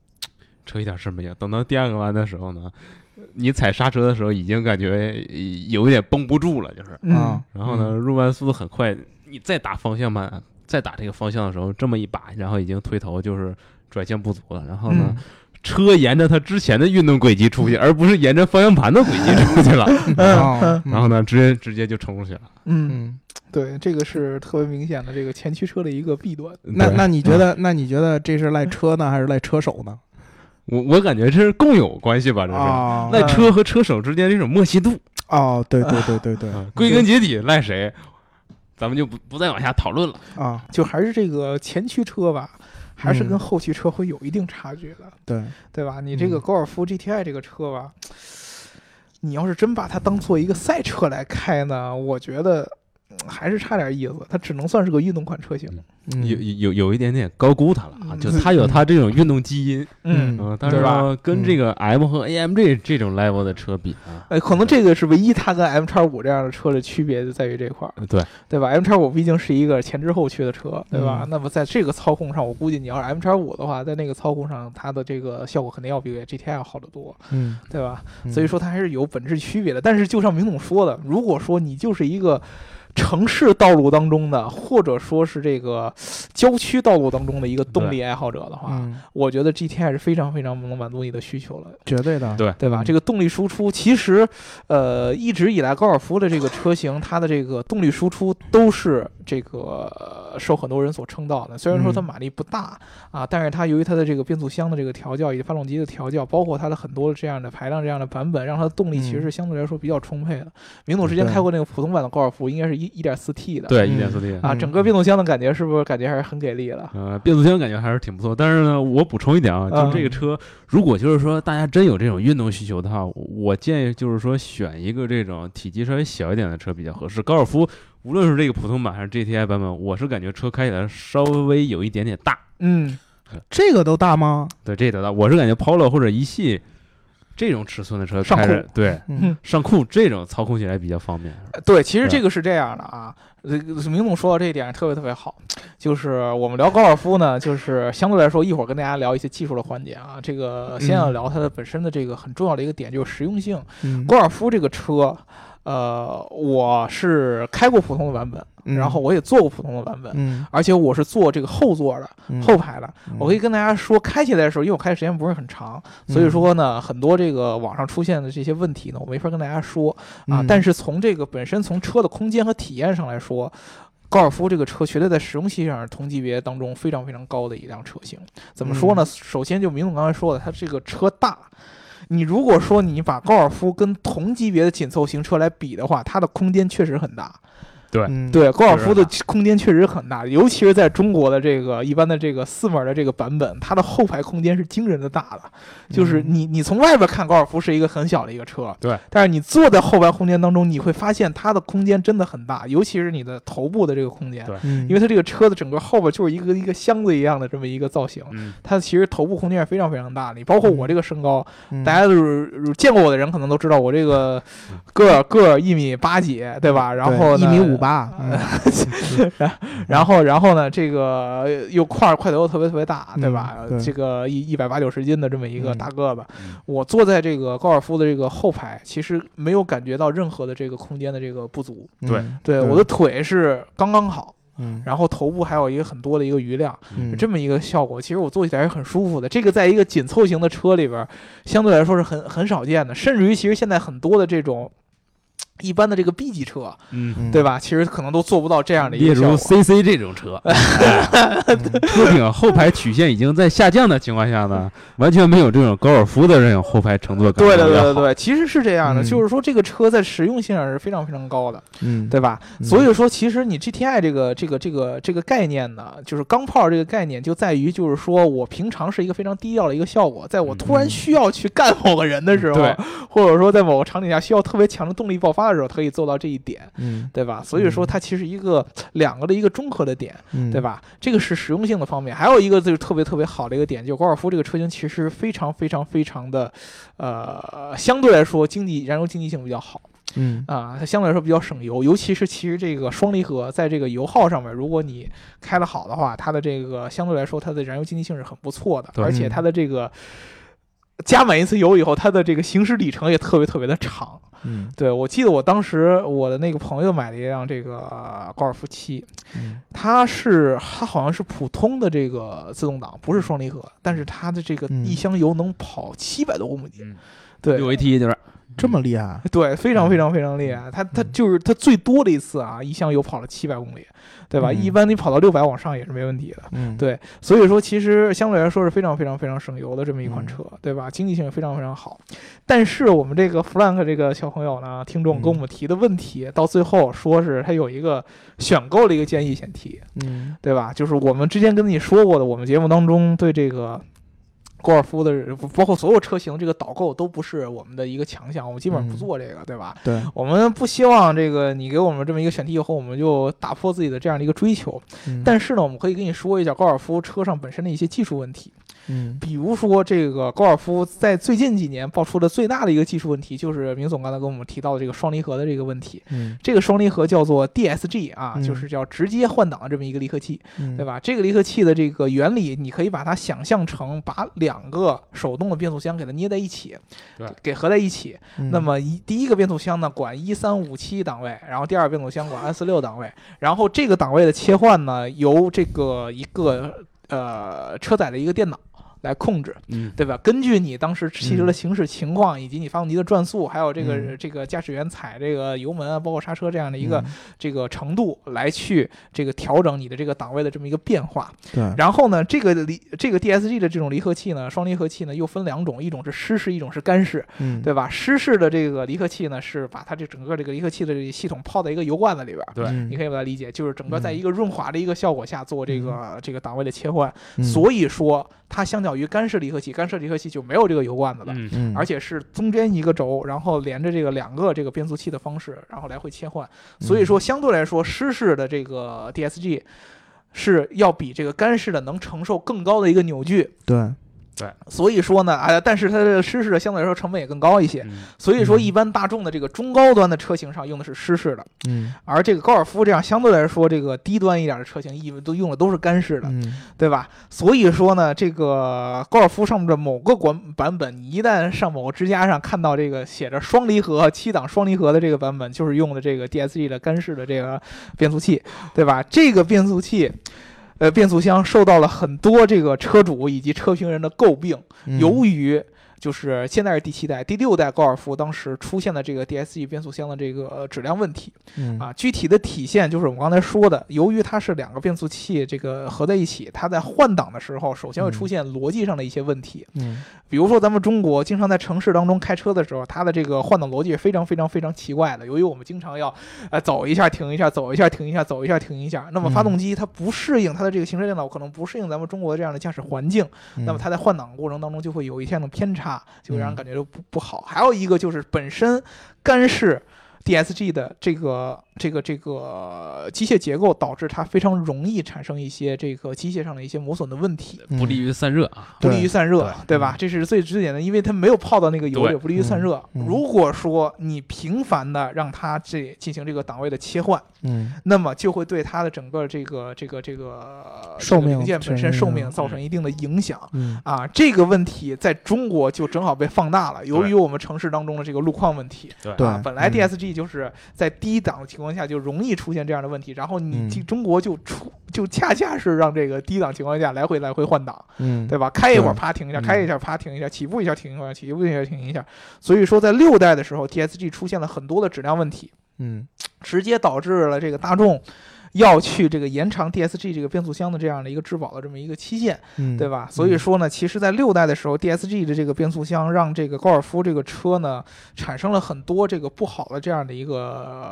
Speaker 4: 车一点事没有。等到第二个弯的时候呢，你踩刹车的时候已经感觉呃有点绷不住了，就是。
Speaker 3: 嗯
Speaker 2: 啊，
Speaker 4: 然后呢，入弯速度很快，你再打方向盘，再打这个方向的时候，这么一把，然后已经推头就是转向不足了。然后呢，
Speaker 3: 嗯
Speaker 4: 车沿着它之前的运动轨迹出去，而不是沿着方向盘的轨迹出去了。
Speaker 2: 嗯？
Speaker 4: 然后呢，直接直接就冲出去了。
Speaker 3: 嗯，
Speaker 2: 嗯，
Speaker 3: 对，这个是特别明显的这个前驱车的一个弊端。
Speaker 2: 那
Speaker 4: 对啊
Speaker 2: 那你觉得，那你觉得这是赖车呢，还是赖车手呢？
Speaker 4: 我我感觉这是共有关系吧？这是。
Speaker 2: 哦
Speaker 3: 嗯
Speaker 4: 赖车和车手之间
Speaker 2: 啊
Speaker 4: 这种默契度，
Speaker 2: 哦，对对对对对
Speaker 4: 归根结底赖谁，咱们就不不再往下讨论了。
Speaker 2: 啊，
Speaker 3: 就还是这个前驱车吧，还是
Speaker 2: 嗯
Speaker 3: 跟后驱车会有一定差距的，
Speaker 2: 对，
Speaker 3: 对吧？你这
Speaker 2: 嗯
Speaker 3: 个高尔夫 GTI 这个车吧，你要是真把它当做一个赛车来开呢，我觉得嗯还是差点意思，它只能算是个运动款车型。
Speaker 2: 嗯
Speaker 4: 有有有一点点高估他了啊，
Speaker 3: 嗯
Speaker 4: 就他有他这种运动基因，
Speaker 2: 嗯
Speaker 4: 嗯，但是
Speaker 3: 对吧
Speaker 4: 说跟这个 M 和 AMG 这种 level 的车比啊，
Speaker 3: 哎，可能这个是唯一它跟 M 叉五这样的车的区别就在于这块儿，
Speaker 4: 对，
Speaker 3: 对吧？M 叉五毕竟是一个前置后驱的车，对吧？
Speaker 2: 嗯
Speaker 3: 那么在这个操控上，我估计你要是 M 叉五的话，在那个操控上，它的这个效果肯定要比 GTI 要好得多，
Speaker 2: 嗯，
Speaker 3: 对吧？
Speaker 2: 嗯
Speaker 3: 所以说它还是有本质区别的。但是就像明总说的，如果说你就是一个城市道路当中的，或者说是这个郊区道路当中的一个动力爱好者的话，
Speaker 2: 嗯，
Speaker 3: 我觉得 GTI 是非常非常能满足你的需求了。
Speaker 2: 绝对的，
Speaker 4: 对
Speaker 3: 对吧？
Speaker 2: 嗯
Speaker 3: 这个动力输出其实，呃，一直以来高尔夫的这个车型，它的这个动力输出都是这个、呃受很多人所称道的。虽然说它
Speaker 2: 嗯
Speaker 3: 马力不大、啊，但是它由于它的这个变速箱的这个调教以及发动机的调教，包括它的很多这样的排量这样的版本，让它的动力其实
Speaker 2: 嗯
Speaker 3: 是相对来说比较充沛的。明总之前
Speaker 2: 对
Speaker 3: 开过那个普通版的高尔夫，应该是一一点四 T 的，
Speaker 4: 对，
Speaker 2: 嗯
Speaker 4: 一点四 T。
Speaker 3: 啊，
Speaker 2: 嗯
Speaker 3: 整个变速箱的感觉是不是感觉还是很给力的？
Speaker 4: 呃，变速箱感觉还是挺不错，但是呢，我补充一点啊，就是这个车，如果就是说大家真有这种运动需求的话，我我建议就是说选一个这种体积稍微小一点的车比较合适。高尔夫无论是这个普通版还是 GTI 版本，我是感觉车开起来稍微有一点点大。
Speaker 3: 嗯，
Speaker 2: 这个都大吗？
Speaker 4: 对，这得到我是感觉 Polo 或者一系这种尺寸的车
Speaker 3: 上
Speaker 4: 开着
Speaker 3: 库
Speaker 4: 对
Speaker 2: 嗯
Speaker 4: 上库这种操控起来比较方便。
Speaker 3: 呃对，其实
Speaker 4: 对
Speaker 3: 这个是这样的啊，呃，明总说到这一点特别特别好，就是我们聊高尔夫呢，就是相对来说一会儿跟大家聊一些技术的环节啊，这个先要
Speaker 2: 嗯
Speaker 3: 聊它的本身的这个很重要的一个点，就是实用性。
Speaker 2: 嗯
Speaker 3: 高尔夫这个车，呃，我是开过普通的版本，
Speaker 2: 嗯
Speaker 3: 然后我也坐过普通的版本，
Speaker 2: 嗯，
Speaker 3: 而且我是坐这个后座的、
Speaker 2: 嗯
Speaker 3: 后排的。
Speaker 2: 嗯
Speaker 3: 我可以跟大家说，开起来的时候，因为我开的时间不是很长，所
Speaker 2: 嗯
Speaker 3: 以说呢，很多这个网上出现的这些问题呢，我没法跟大家说啊。
Speaker 2: 嗯
Speaker 3: 但是从这个本身从车的空间和体验上来说。高尔夫这个车绝对在实用性上是同级别当中非常非常高的一辆车型。怎么说呢？首先就明总刚才说的，它这个车大。你如果说你把高尔夫跟同级别的紧凑型车来比的话，它的空间确实很大。
Speaker 2: 嗯
Speaker 3: 对，高尔夫的
Speaker 4: 确
Speaker 3: 空间确实很大，尤其是在中国的这个一般的这个四门的这个版本，它的后排空间是惊人的大的。就是
Speaker 2: 嗯
Speaker 3: 你你从外边看高尔夫是一个很小的一个车，
Speaker 4: 对，
Speaker 3: 但是你坐在后排空间当中，你会发现它的空间真的很大，尤其是你的头部的这个空间
Speaker 4: 对，
Speaker 2: 嗯
Speaker 3: 因为它这个车的整个后边就是一个一个箱子一样的这么一个造型。
Speaker 4: 嗯，
Speaker 3: 它其实头部空间是非常非常大的，你包括我这个身高，
Speaker 2: 嗯
Speaker 3: 大家就是见过我的人可能都知道我这个个儿个儿一米八几，对吧？然后
Speaker 2: 对
Speaker 3: 呢
Speaker 2: 一米五八，嗯
Speaker 3: 然后，然后呢，这个呃又块儿块头又特别特别大，对吧？
Speaker 2: 嗯对
Speaker 3: 这个一一百八九十斤的这么一个
Speaker 2: 嗯
Speaker 3: 大个子，
Speaker 4: 嗯
Speaker 3: 我坐在这个高尔夫的这个后排，其实没有感觉到任何的这个空间的这个不足。
Speaker 4: 对
Speaker 2: 嗯
Speaker 3: 对，我的腿是刚刚好，
Speaker 2: 嗯
Speaker 3: 然后头部还有一个很多的一个余量，
Speaker 2: 嗯
Speaker 3: 这么一个效果。其实我坐起来是很舒服的。这个在一个紧凑型的车里边儿，相对来说是很很少见的。甚至于，其实现在很多的这种一般的这个 B 级车，
Speaker 4: 嗯，
Speaker 2: 嗯
Speaker 3: 对吧？其实可能都做不到这样的一
Speaker 4: 例
Speaker 3: 个效果。
Speaker 4: 如 CC 这种车，
Speaker 2: 嗯
Speaker 4: 车顶后排曲线已经在下降的情况下呢，完全没有这种高尔夫的这种后排乘坐感。
Speaker 3: 对对对对，对，其实是这样的，
Speaker 2: 嗯
Speaker 3: 就是说这个车在实用性上是非常非常高的，
Speaker 2: 嗯
Speaker 3: 对吧？
Speaker 2: 嗯
Speaker 3: 所以说，其实你 GTI 这个这个这个这个概念呢，就是钢炮这个概念，就在于就是说我平常是一个非常低调的一个效果，在我突然
Speaker 2: 嗯
Speaker 3: 需要去干某个人的时候，
Speaker 4: 对
Speaker 3: 或者说在某个场景下需要特别强的动力爆发的时候，它可以做到这一点。
Speaker 2: 嗯
Speaker 3: 对吧？所以说它其实一个两个的一个综合的点，
Speaker 2: 嗯
Speaker 3: 对吧？这个是实用性的方面，还有一个就是特别特别好的一个点，就高尔夫这个车型其实非常非常非常的，呃，相对来说经济燃油经济性比较好
Speaker 2: 嗯
Speaker 3: 啊，它相对来说比较省油，尤其是其实这个双离合在这个油耗上面，如果你开得好的话，它的这个相对来说它的燃油经济性是很不错的，
Speaker 4: 对
Speaker 3: 而且它的这个。加满一次油以后，它的这个行驶里程也特别特别的长。
Speaker 2: 嗯
Speaker 3: 对我记得我当时我的那个朋友买了一辆这个呃高尔夫七，
Speaker 2: 嗯
Speaker 3: 它是它好像是普通的这个自动挡，不是双离合，但是它的这个
Speaker 2: 嗯
Speaker 3: 一箱油能跑七百多公里，
Speaker 4: 嗯六
Speaker 3: 对
Speaker 4: AT 就是
Speaker 2: 这么厉害，啊
Speaker 3: 对，非常非常非常厉害。它它
Speaker 2: 嗯
Speaker 3: 就是它最多的一次啊，一箱油跑了七百公里，对吧？
Speaker 2: 嗯
Speaker 3: 一般你跑到六百往上也是没问题的。
Speaker 2: 嗯
Speaker 3: 对，所以说其实相对来说是非常非常非常省油的这么一款
Speaker 2: 嗯
Speaker 3: 车，对吧？经济性也非常非常好。但是我们这个 Frank 这个小朋友呢，听众
Speaker 2: 嗯
Speaker 3: 跟我们提的问题，到最后说是他有一个选购的一个建议选题，
Speaker 2: 嗯
Speaker 3: 对吧？就是我们之前跟你说过的，我们节目当中对这个高尔夫的，包括所有车型这个导购都不是我们的一个强项，我们基本上
Speaker 2: 嗯
Speaker 3: 不做这个，对吧？
Speaker 2: 对
Speaker 3: 我们不希望这个你给我们这么一个选题以后，我们就打破自己的这样的一个追求。
Speaker 2: 嗯
Speaker 3: 但是呢，我们可以跟你说一下高尔夫车上本身的一些技术问题，
Speaker 2: 嗯
Speaker 3: 比如说这个高尔夫在最近几年爆出的最大的一个技术问题，就是明总刚才跟我们提到的这个双离合的这个问题。
Speaker 2: 嗯
Speaker 3: 这个双离合叫做 DSG 啊，
Speaker 2: 嗯
Speaker 3: 就是叫直接换挡的这么一个离合器。
Speaker 2: 嗯
Speaker 3: 对吧？这个离合器的这个原理，你可以把它想象成把两个手动的变速箱给它捏在一起，
Speaker 4: 对
Speaker 3: 给合在一起。
Speaker 2: 嗯
Speaker 3: 那么一第一个变速箱呢，管一三五七档位，然后第二变速箱管二四六档位，然后这个档位的切换呢，由这个一个呃车载的一个电脑。来控制，
Speaker 4: 嗯
Speaker 3: 对吧？根据你当时汽车
Speaker 2: 嗯
Speaker 3: 的行驶情况，以及你发动机的转速，还有这个、
Speaker 2: 嗯
Speaker 3: 这个驾驶员踩这个油门啊，包括刹车这样的一个、这个程度，来去这个调整你的这个档位的这么一个变化。
Speaker 2: 嗯
Speaker 3: 然后呢，这个离这个 DSG 的这种离合器呢，双离合器呢又分两种，一种是湿式，一种是干式，
Speaker 2: 对嗯
Speaker 3: 对吧？湿式的这个离合器呢，是把它这整个这个离合器的这个系统泡在一个油罐子里边儿。
Speaker 4: 对
Speaker 2: 嗯
Speaker 3: 你可以把它理解，就是整个在
Speaker 2: 嗯
Speaker 3: 一个润滑的一个效果下做这个这个档位的切换，
Speaker 2: 嗯
Speaker 3: 所以说它相较于干式离合器，干式离合器就没有这个油罐子了，
Speaker 4: 嗯
Speaker 2: 嗯
Speaker 3: 而且是中间一个轴，然后连着这个两个这个变速器的方式，然后来回切换。所以
Speaker 2: 嗯
Speaker 3: 说，相对来说，湿式的这个 DSG 是要比这个干式的能承受更高的一个扭矩。
Speaker 2: 对
Speaker 4: 对，
Speaker 3: 所以说呢，啊，但是它的湿式的相对来说成本也更高一些。
Speaker 4: 嗯
Speaker 3: 所以说，
Speaker 2: 嗯
Speaker 3: 一般大众的这个中高端的车型上用的是湿式的，
Speaker 2: 嗯
Speaker 3: 而这个高尔夫这样相对来说这个低端一点的车型，一般都用的都是干式的，
Speaker 2: 嗯
Speaker 3: 对吧？所以说呢，这个高尔夫上面的某个管版本，你一旦上某个支架上看到这个写着双离合、七档双离合的这个版本，就是用的这个 DSG 的干式的这个变速器，对吧？这个变速器。呃，变速箱受到了很多这个车主以及车评人的诟病，
Speaker 2: 嗯，
Speaker 3: 由于就是现在是第七代、第六代高尔夫当时出现的这个 DSG 变速箱的这个呃质量问题
Speaker 2: 嗯
Speaker 3: 啊，具体的体现就是我们刚才说的，由于它是两个变速器这个合在一起，它在换挡的时候，首先会出现逻辑上的一些问题，
Speaker 2: 嗯
Speaker 3: 比如说咱们中国经常在城市当中开车的时候，它的这个换挡逻辑是非常非常非常奇怪的，由于我们经常要呃走一下停一下，走一下停一下，走一下停一下，那么发动机它不适应它的这个行车电脑可能不适应咱们中国这样的驾驶环境。
Speaker 2: 嗯，
Speaker 3: 那么它在换挡过程当中就会有一些那种偏差，就会让
Speaker 2: 嗯
Speaker 3: 人感觉到不不好。还有一个就是本身干式 DSG 的这个这个这个机械结构，导致它非常容易产生一些这个机械上的一些磨损的问题。
Speaker 2: 嗯
Speaker 4: 不利于散热啊。
Speaker 3: 不
Speaker 2: 对
Speaker 3: 利于散热，对
Speaker 2: 对嗯
Speaker 3: 吧？这是最最简单的，因为它没有泡到那个油里，
Speaker 4: 对
Speaker 3: 不利于散热。
Speaker 2: 嗯嗯
Speaker 3: 如果说你频繁的让它这进行这个档位的切换，
Speaker 2: 嗯
Speaker 3: 那么就会对它的整个这个这个这个
Speaker 2: 寿
Speaker 3: 这个
Speaker 2: 命
Speaker 3: 零件本
Speaker 2: 产生
Speaker 3: 身寿
Speaker 2: 影
Speaker 3: 命
Speaker 2: 响
Speaker 3: 造成一定的影响。
Speaker 2: 嗯
Speaker 3: 啊，这个问题在中国就正好被放大了，由于我们城市当中的这个路况问题。
Speaker 4: 对
Speaker 2: 对
Speaker 3: 啊，本来
Speaker 2: 嗯
Speaker 3: DSG 就是在低档的情况下就容易出现这样的问题，然后你
Speaker 2: 嗯
Speaker 3: 进中国就出就恰恰是让这个低档情况下来回来回换挡，
Speaker 2: 嗯，
Speaker 3: 对吧？开一会儿
Speaker 2: 对
Speaker 3: 啪停一下，
Speaker 2: 嗯
Speaker 3: 开一下啪停一下，起步一下停一下，起步一下停一下。所以说，在六代的时候，DSG 出现了很多的质量问题，
Speaker 2: 嗯
Speaker 3: 直接导致了这个大众要去这个延长 DSG 这个变速箱的这样的一个质保的这么一个期限。
Speaker 2: 嗯，
Speaker 3: 对吧？所以说呢，其实，在六代的时候，DSG 的这个变速箱让这个高尔夫这个车呢，产生了很多这个不好的这样的一个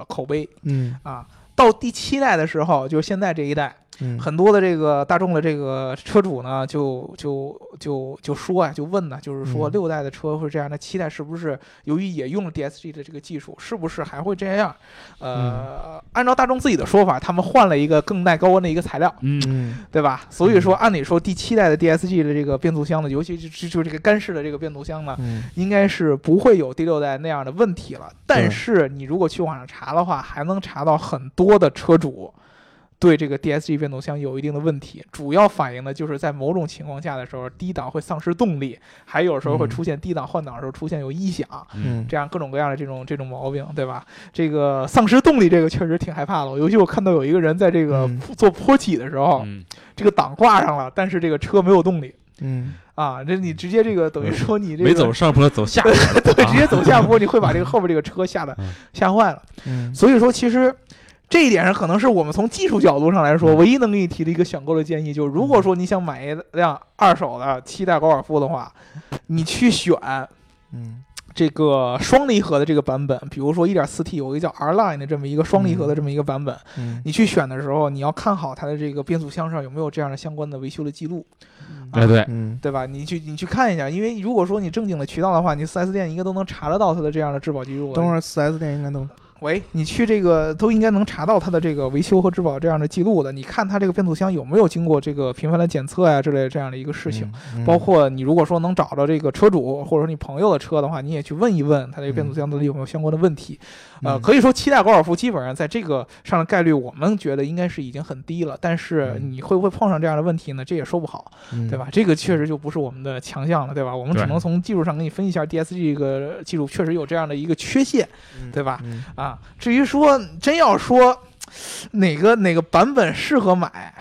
Speaker 3: 呃口碑
Speaker 2: 嗯
Speaker 3: 啊。到第七代的时候，就是现在这一代，
Speaker 2: 嗯
Speaker 3: 很多的这个大众的这个车主呢，就就就就说啊，就问呢，就是说
Speaker 2: 嗯
Speaker 3: 六代的车会这样，那七代是不是由于也用了 DSG 的这个技术，是不是还会这样？
Speaker 2: 嗯
Speaker 3: 呃，按照大众自己的说法，他们换了一个更耐高温的一个材料，
Speaker 4: 嗯，
Speaker 2: 嗯
Speaker 3: 对吧？所以说，按理说第七代的 DSG 的这个变速箱呢，尤其就就就这个干式的这个变速箱呢，
Speaker 2: 嗯
Speaker 3: 应该是不会有第六代那样的问题了。但是你如果去网上查的话，还能查到很多的车主对这个 DSG 变速箱有一定的问题，主要反映的就是在某种情况下的时候，低档会丧失动力，还有时候会
Speaker 2: 嗯
Speaker 3: 出现低档换挡的时候出现有异响。
Speaker 2: 嗯，
Speaker 3: 这样各种各样的这种这种毛病，对吧？这个丧失动力，这个确实挺害怕的。尤其我看到有一个人在这个
Speaker 2: 嗯
Speaker 3: 做坡起的时候，
Speaker 4: 嗯
Speaker 3: 这个档挂上了，但是这个车没有动力
Speaker 2: 嗯
Speaker 3: 啊，这你直接这个等于说你这个
Speaker 4: 没走上坡，走下坡了。
Speaker 3: 对，
Speaker 4: 啊
Speaker 3: 直接走下坡，你会把这个 后边这个车吓得
Speaker 4: 嗯
Speaker 3: 吓坏了。
Speaker 2: 嗯
Speaker 3: 所以说，其实这一点上可能是我们从技术角度上来说，
Speaker 4: 嗯
Speaker 3: 唯一能给你提的一个选购的建议，就是如果说你想买一辆二手的七代高尔夫的话，你去选
Speaker 2: 嗯
Speaker 3: 这个双离合的这个版本，比如说 1.4T 有一个叫 R Line 的这么一个双离合的这么一个版本，
Speaker 2: 嗯，
Speaker 3: 你去选的时候，你要看好它的这个变速箱上有没有这样的相关的维修的记录，啊
Speaker 4: 哎，对，
Speaker 2: 嗯
Speaker 3: 对吧？你去你去看一下，因为如果说你正经的渠道的话，你 4S 店应该都能查得到它的这样的质保记录。
Speaker 2: 等会，儿四 S 店应该都
Speaker 3: 喂，你去这个都应该能查到它的这个维修和质保这样的记录的。你看它这个变速箱有没有经过这个频繁的检测呀、之类的这样的一个事情。，
Speaker 2: 嗯
Speaker 3: 包括你如果说能找到这个车主或者说你朋友的车的话，你也去问一问他这个变速箱到底有没有相关的问题。呃，
Speaker 2: 嗯
Speaker 3: 可以说七代高尔夫基本上在这个上的概率，我们觉得应该是已经很低了。但是
Speaker 2: 嗯
Speaker 3: 你会不会碰上这样的问题呢？这也说不好，
Speaker 2: 嗯
Speaker 3: 对吧？这个确实就不是我们的强项了，对吧？我们只
Speaker 4: 对
Speaker 3: 能从技术上给你分析一下 DSG 这个技术确实有这样的一个缺陷
Speaker 2: 嗯
Speaker 3: 对吧？
Speaker 2: 嗯
Speaker 3: 啊。至于说真要说哪个哪个版本适合买，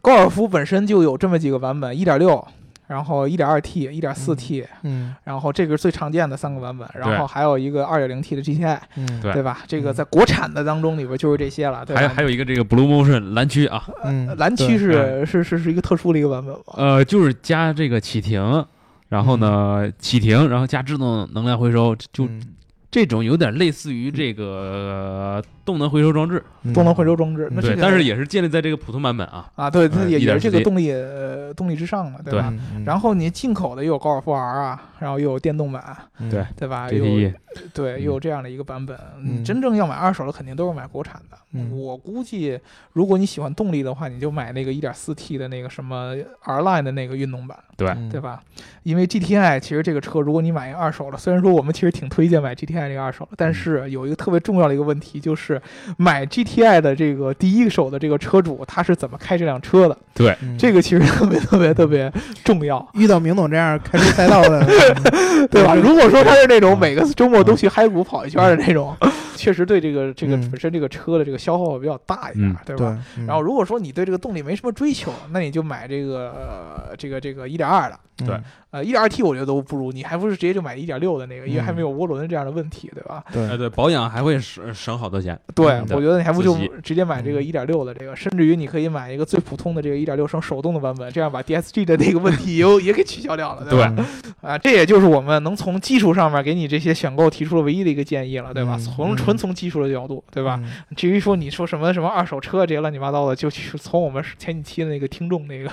Speaker 3: 高尔夫本身就有这么几个版本，一点六，然后一点二 T、一点四 T，
Speaker 2: 嗯
Speaker 3: 然后这个是最常见的三个版本，然
Speaker 4: 对
Speaker 3: 后还有一个二点零 T 的 GTI，
Speaker 2: 嗯
Speaker 4: 对
Speaker 3: 对吧？这个在国产的当中里边就是这些了，对
Speaker 4: 还有
Speaker 3: 吧？
Speaker 4: 还有一个这个 Blue Motion 蓝区啊，
Speaker 2: 嗯，
Speaker 3: 蓝
Speaker 2: 对
Speaker 3: 区是是是是一个特殊的一个版本吧？
Speaker 4: 呃，就是加
Speaker 3: 嗯
Speaker 4: 这个启停，然后呢启停，然后加制动能量回收，就
Speaker 2: 嗯
Speaker 4: 这种有点类似于这个、呃动能回收装置，
Speaker 2: 嗯
Speaker 3: 动能回收装置，那
Speaker 4: 对
Speaker 3: 这，个
Speaker 4: 但是也是建立在这个普通版本啊。
Speaker 3: 啊，对，它
Speaker 4: 呃
Speaker 3: 也也是这个
Speaker 4: 1.4
Speaker 3: 动力呃动力之上嘛，对吧？
Speaker 2: 嗯嗯
Speaker 3: 然后你进口的又有高尔夫 R 啊，然后又有电动版，
Speaker 2: 嗯
Speaker 4: 对
Speaker 3: 对吧？又有
Speaker 4: GTE
Speaker 3: 对，
Speaker 4: 嗯
Speaker 3: 又有这样的一个版本。
Speaker 2: 嗯
Speaker 3: 你真正要买二手的，肯定都是买国产的。
Speaker 2: 嗯
Speaker 3: 我估计，如果你喜欢动力的话，你就买那个 1.4T 的那个什么 R Line 的那个运动版，
Speaker 2: 嗯
Speaker 3: 对吧？因为 GTI 其实这个车，如果你买一个二手的，虽然说我们其实挺推荐买 GTI 这个二手的，
Speaker 2: 嗯
Speaker 3: 但是有一个特别重要的一个问题，就是买 GTI 的这个第一手的这个车主，他是怎么开这辆车的？
Speaker 2: 嗯
Speaker 3: 这个其实特别特别特别重要。
Speaker 2: 遇到明总这样开出赛道的，嗯
Speaker 3: 对吧？
Speaker 2: 对
Speaker 3: 如果说他是那种
Speaker 4: 嗯
Speaker 3: 每个周末都去嗨谷跑一圈的那种，确实对这个这个
Speaker 2: 嗯
Speaker 3: 本身这个车的这个消耗比较大一点
Speaker 4: 嗯，
Speaker 3: 对
Speaker 2: 对
Speaker 3: 吧？，
Speaker 2: 嗯
Speaker 3: 然后如果说你对这个动力没什么追求，那你就买这个呃这个这个一点二的，
Speaker 4: 对
Speaker 2: 嗯
Speaker 3: 呃一点二 T 我觉得都不如，你还不如直接就买一点六的那个，因为
Speaker 2: 嗯
Speaker 3: 还没有涡轮这样的问题，对吧？
Speaker 4: 哎，
Speaker 2: 对，
Speaker 4: 对，保养还会省省好多钱。
Speaker 3: 对，
Speaker 4: 对
Speaker 3: 我觉得你还不就
Speaker 4: 自吸
Speaker 3: 直接买这个一点六的这个，甚至于你可以买一个最普通的这个一点六升手动的版本，这样把 DSG 的那个问题也也给取消掉了，对吧？
Speaker 2: 嗯
Speaker 3: 啊，这也就是我们能从技术上面给你这些选购提出了唯一的一个建议了，对吧？
Speaker 2: 嗯
Speaker 3: 从
Speaker 2: 嗯
Speaker 3: 纯从技术的角度，对吧？
Speaker 2: 嗯
Speaker 3: 至于说你说什么什么二手车这些乱七八糟的，就去从我们前几期的那个听众那个，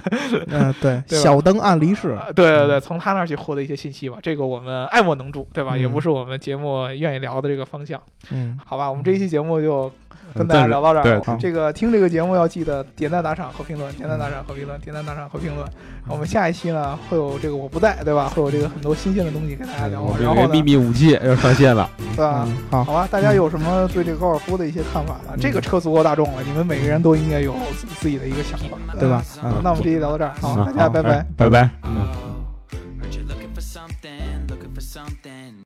Speaker 2: 嗯，对，
Speaker 3: 对吧
Speaker 2: 小灯暗离世，
Speaker 3: 啊对对
Speaker 4: 嗯
Speaker 3: 对，从他那儿去获得一些信息吧。这个我们爱莫能助，对吧？也
Speaker 2: 嗯
Speaker 3: 不是我们节目愿意聊的这个方向，
Speaker 2: 嗯，
Speaker 3: 好吧？我们这一期节目就跟
Speaker 4: 嗯
Speaker 3: 大家
Speaker 4: 暂时
Speaker 3: 聊到这
Speaker 4: 对
Speaker 3: 儿
Speaker 2: 好
Speaker 3: 了。这个听这个节目要记得点赞打赏和评论，点赞打赏和评论，点赞打赏和评论。我们下一期呢会有这个我不在，对吧？会有这个很多新鲜的东西跟大家聊
Speaker 4: 嗯我。
Speaker 3: 然
Speaker 4: 们有
Speaker 3: 后
Speaker 4: 个
Speaker 3: 呢
Speaker 4: 秘，密武器要上线了，
Speaker 3: 对吧？
Speaker 2: 嗯好，
Speaker 3: 好吧，大家有什么对这个高尔夫的一些看法呢？这个车足够大众了，你们每个人都应该有自自己的一个想法，
Speaker 2: 对吧？
Speaker 1: 嗯
Speaker 2: 嗯
Speaker 3: 那我们这期聊到这儿，好，大家
Speaker 4: 好
Speaker 3: 拜拜。
Speaker 4: 拜拜。
Speaker 1: Oh, heard you looking for something, looking for something.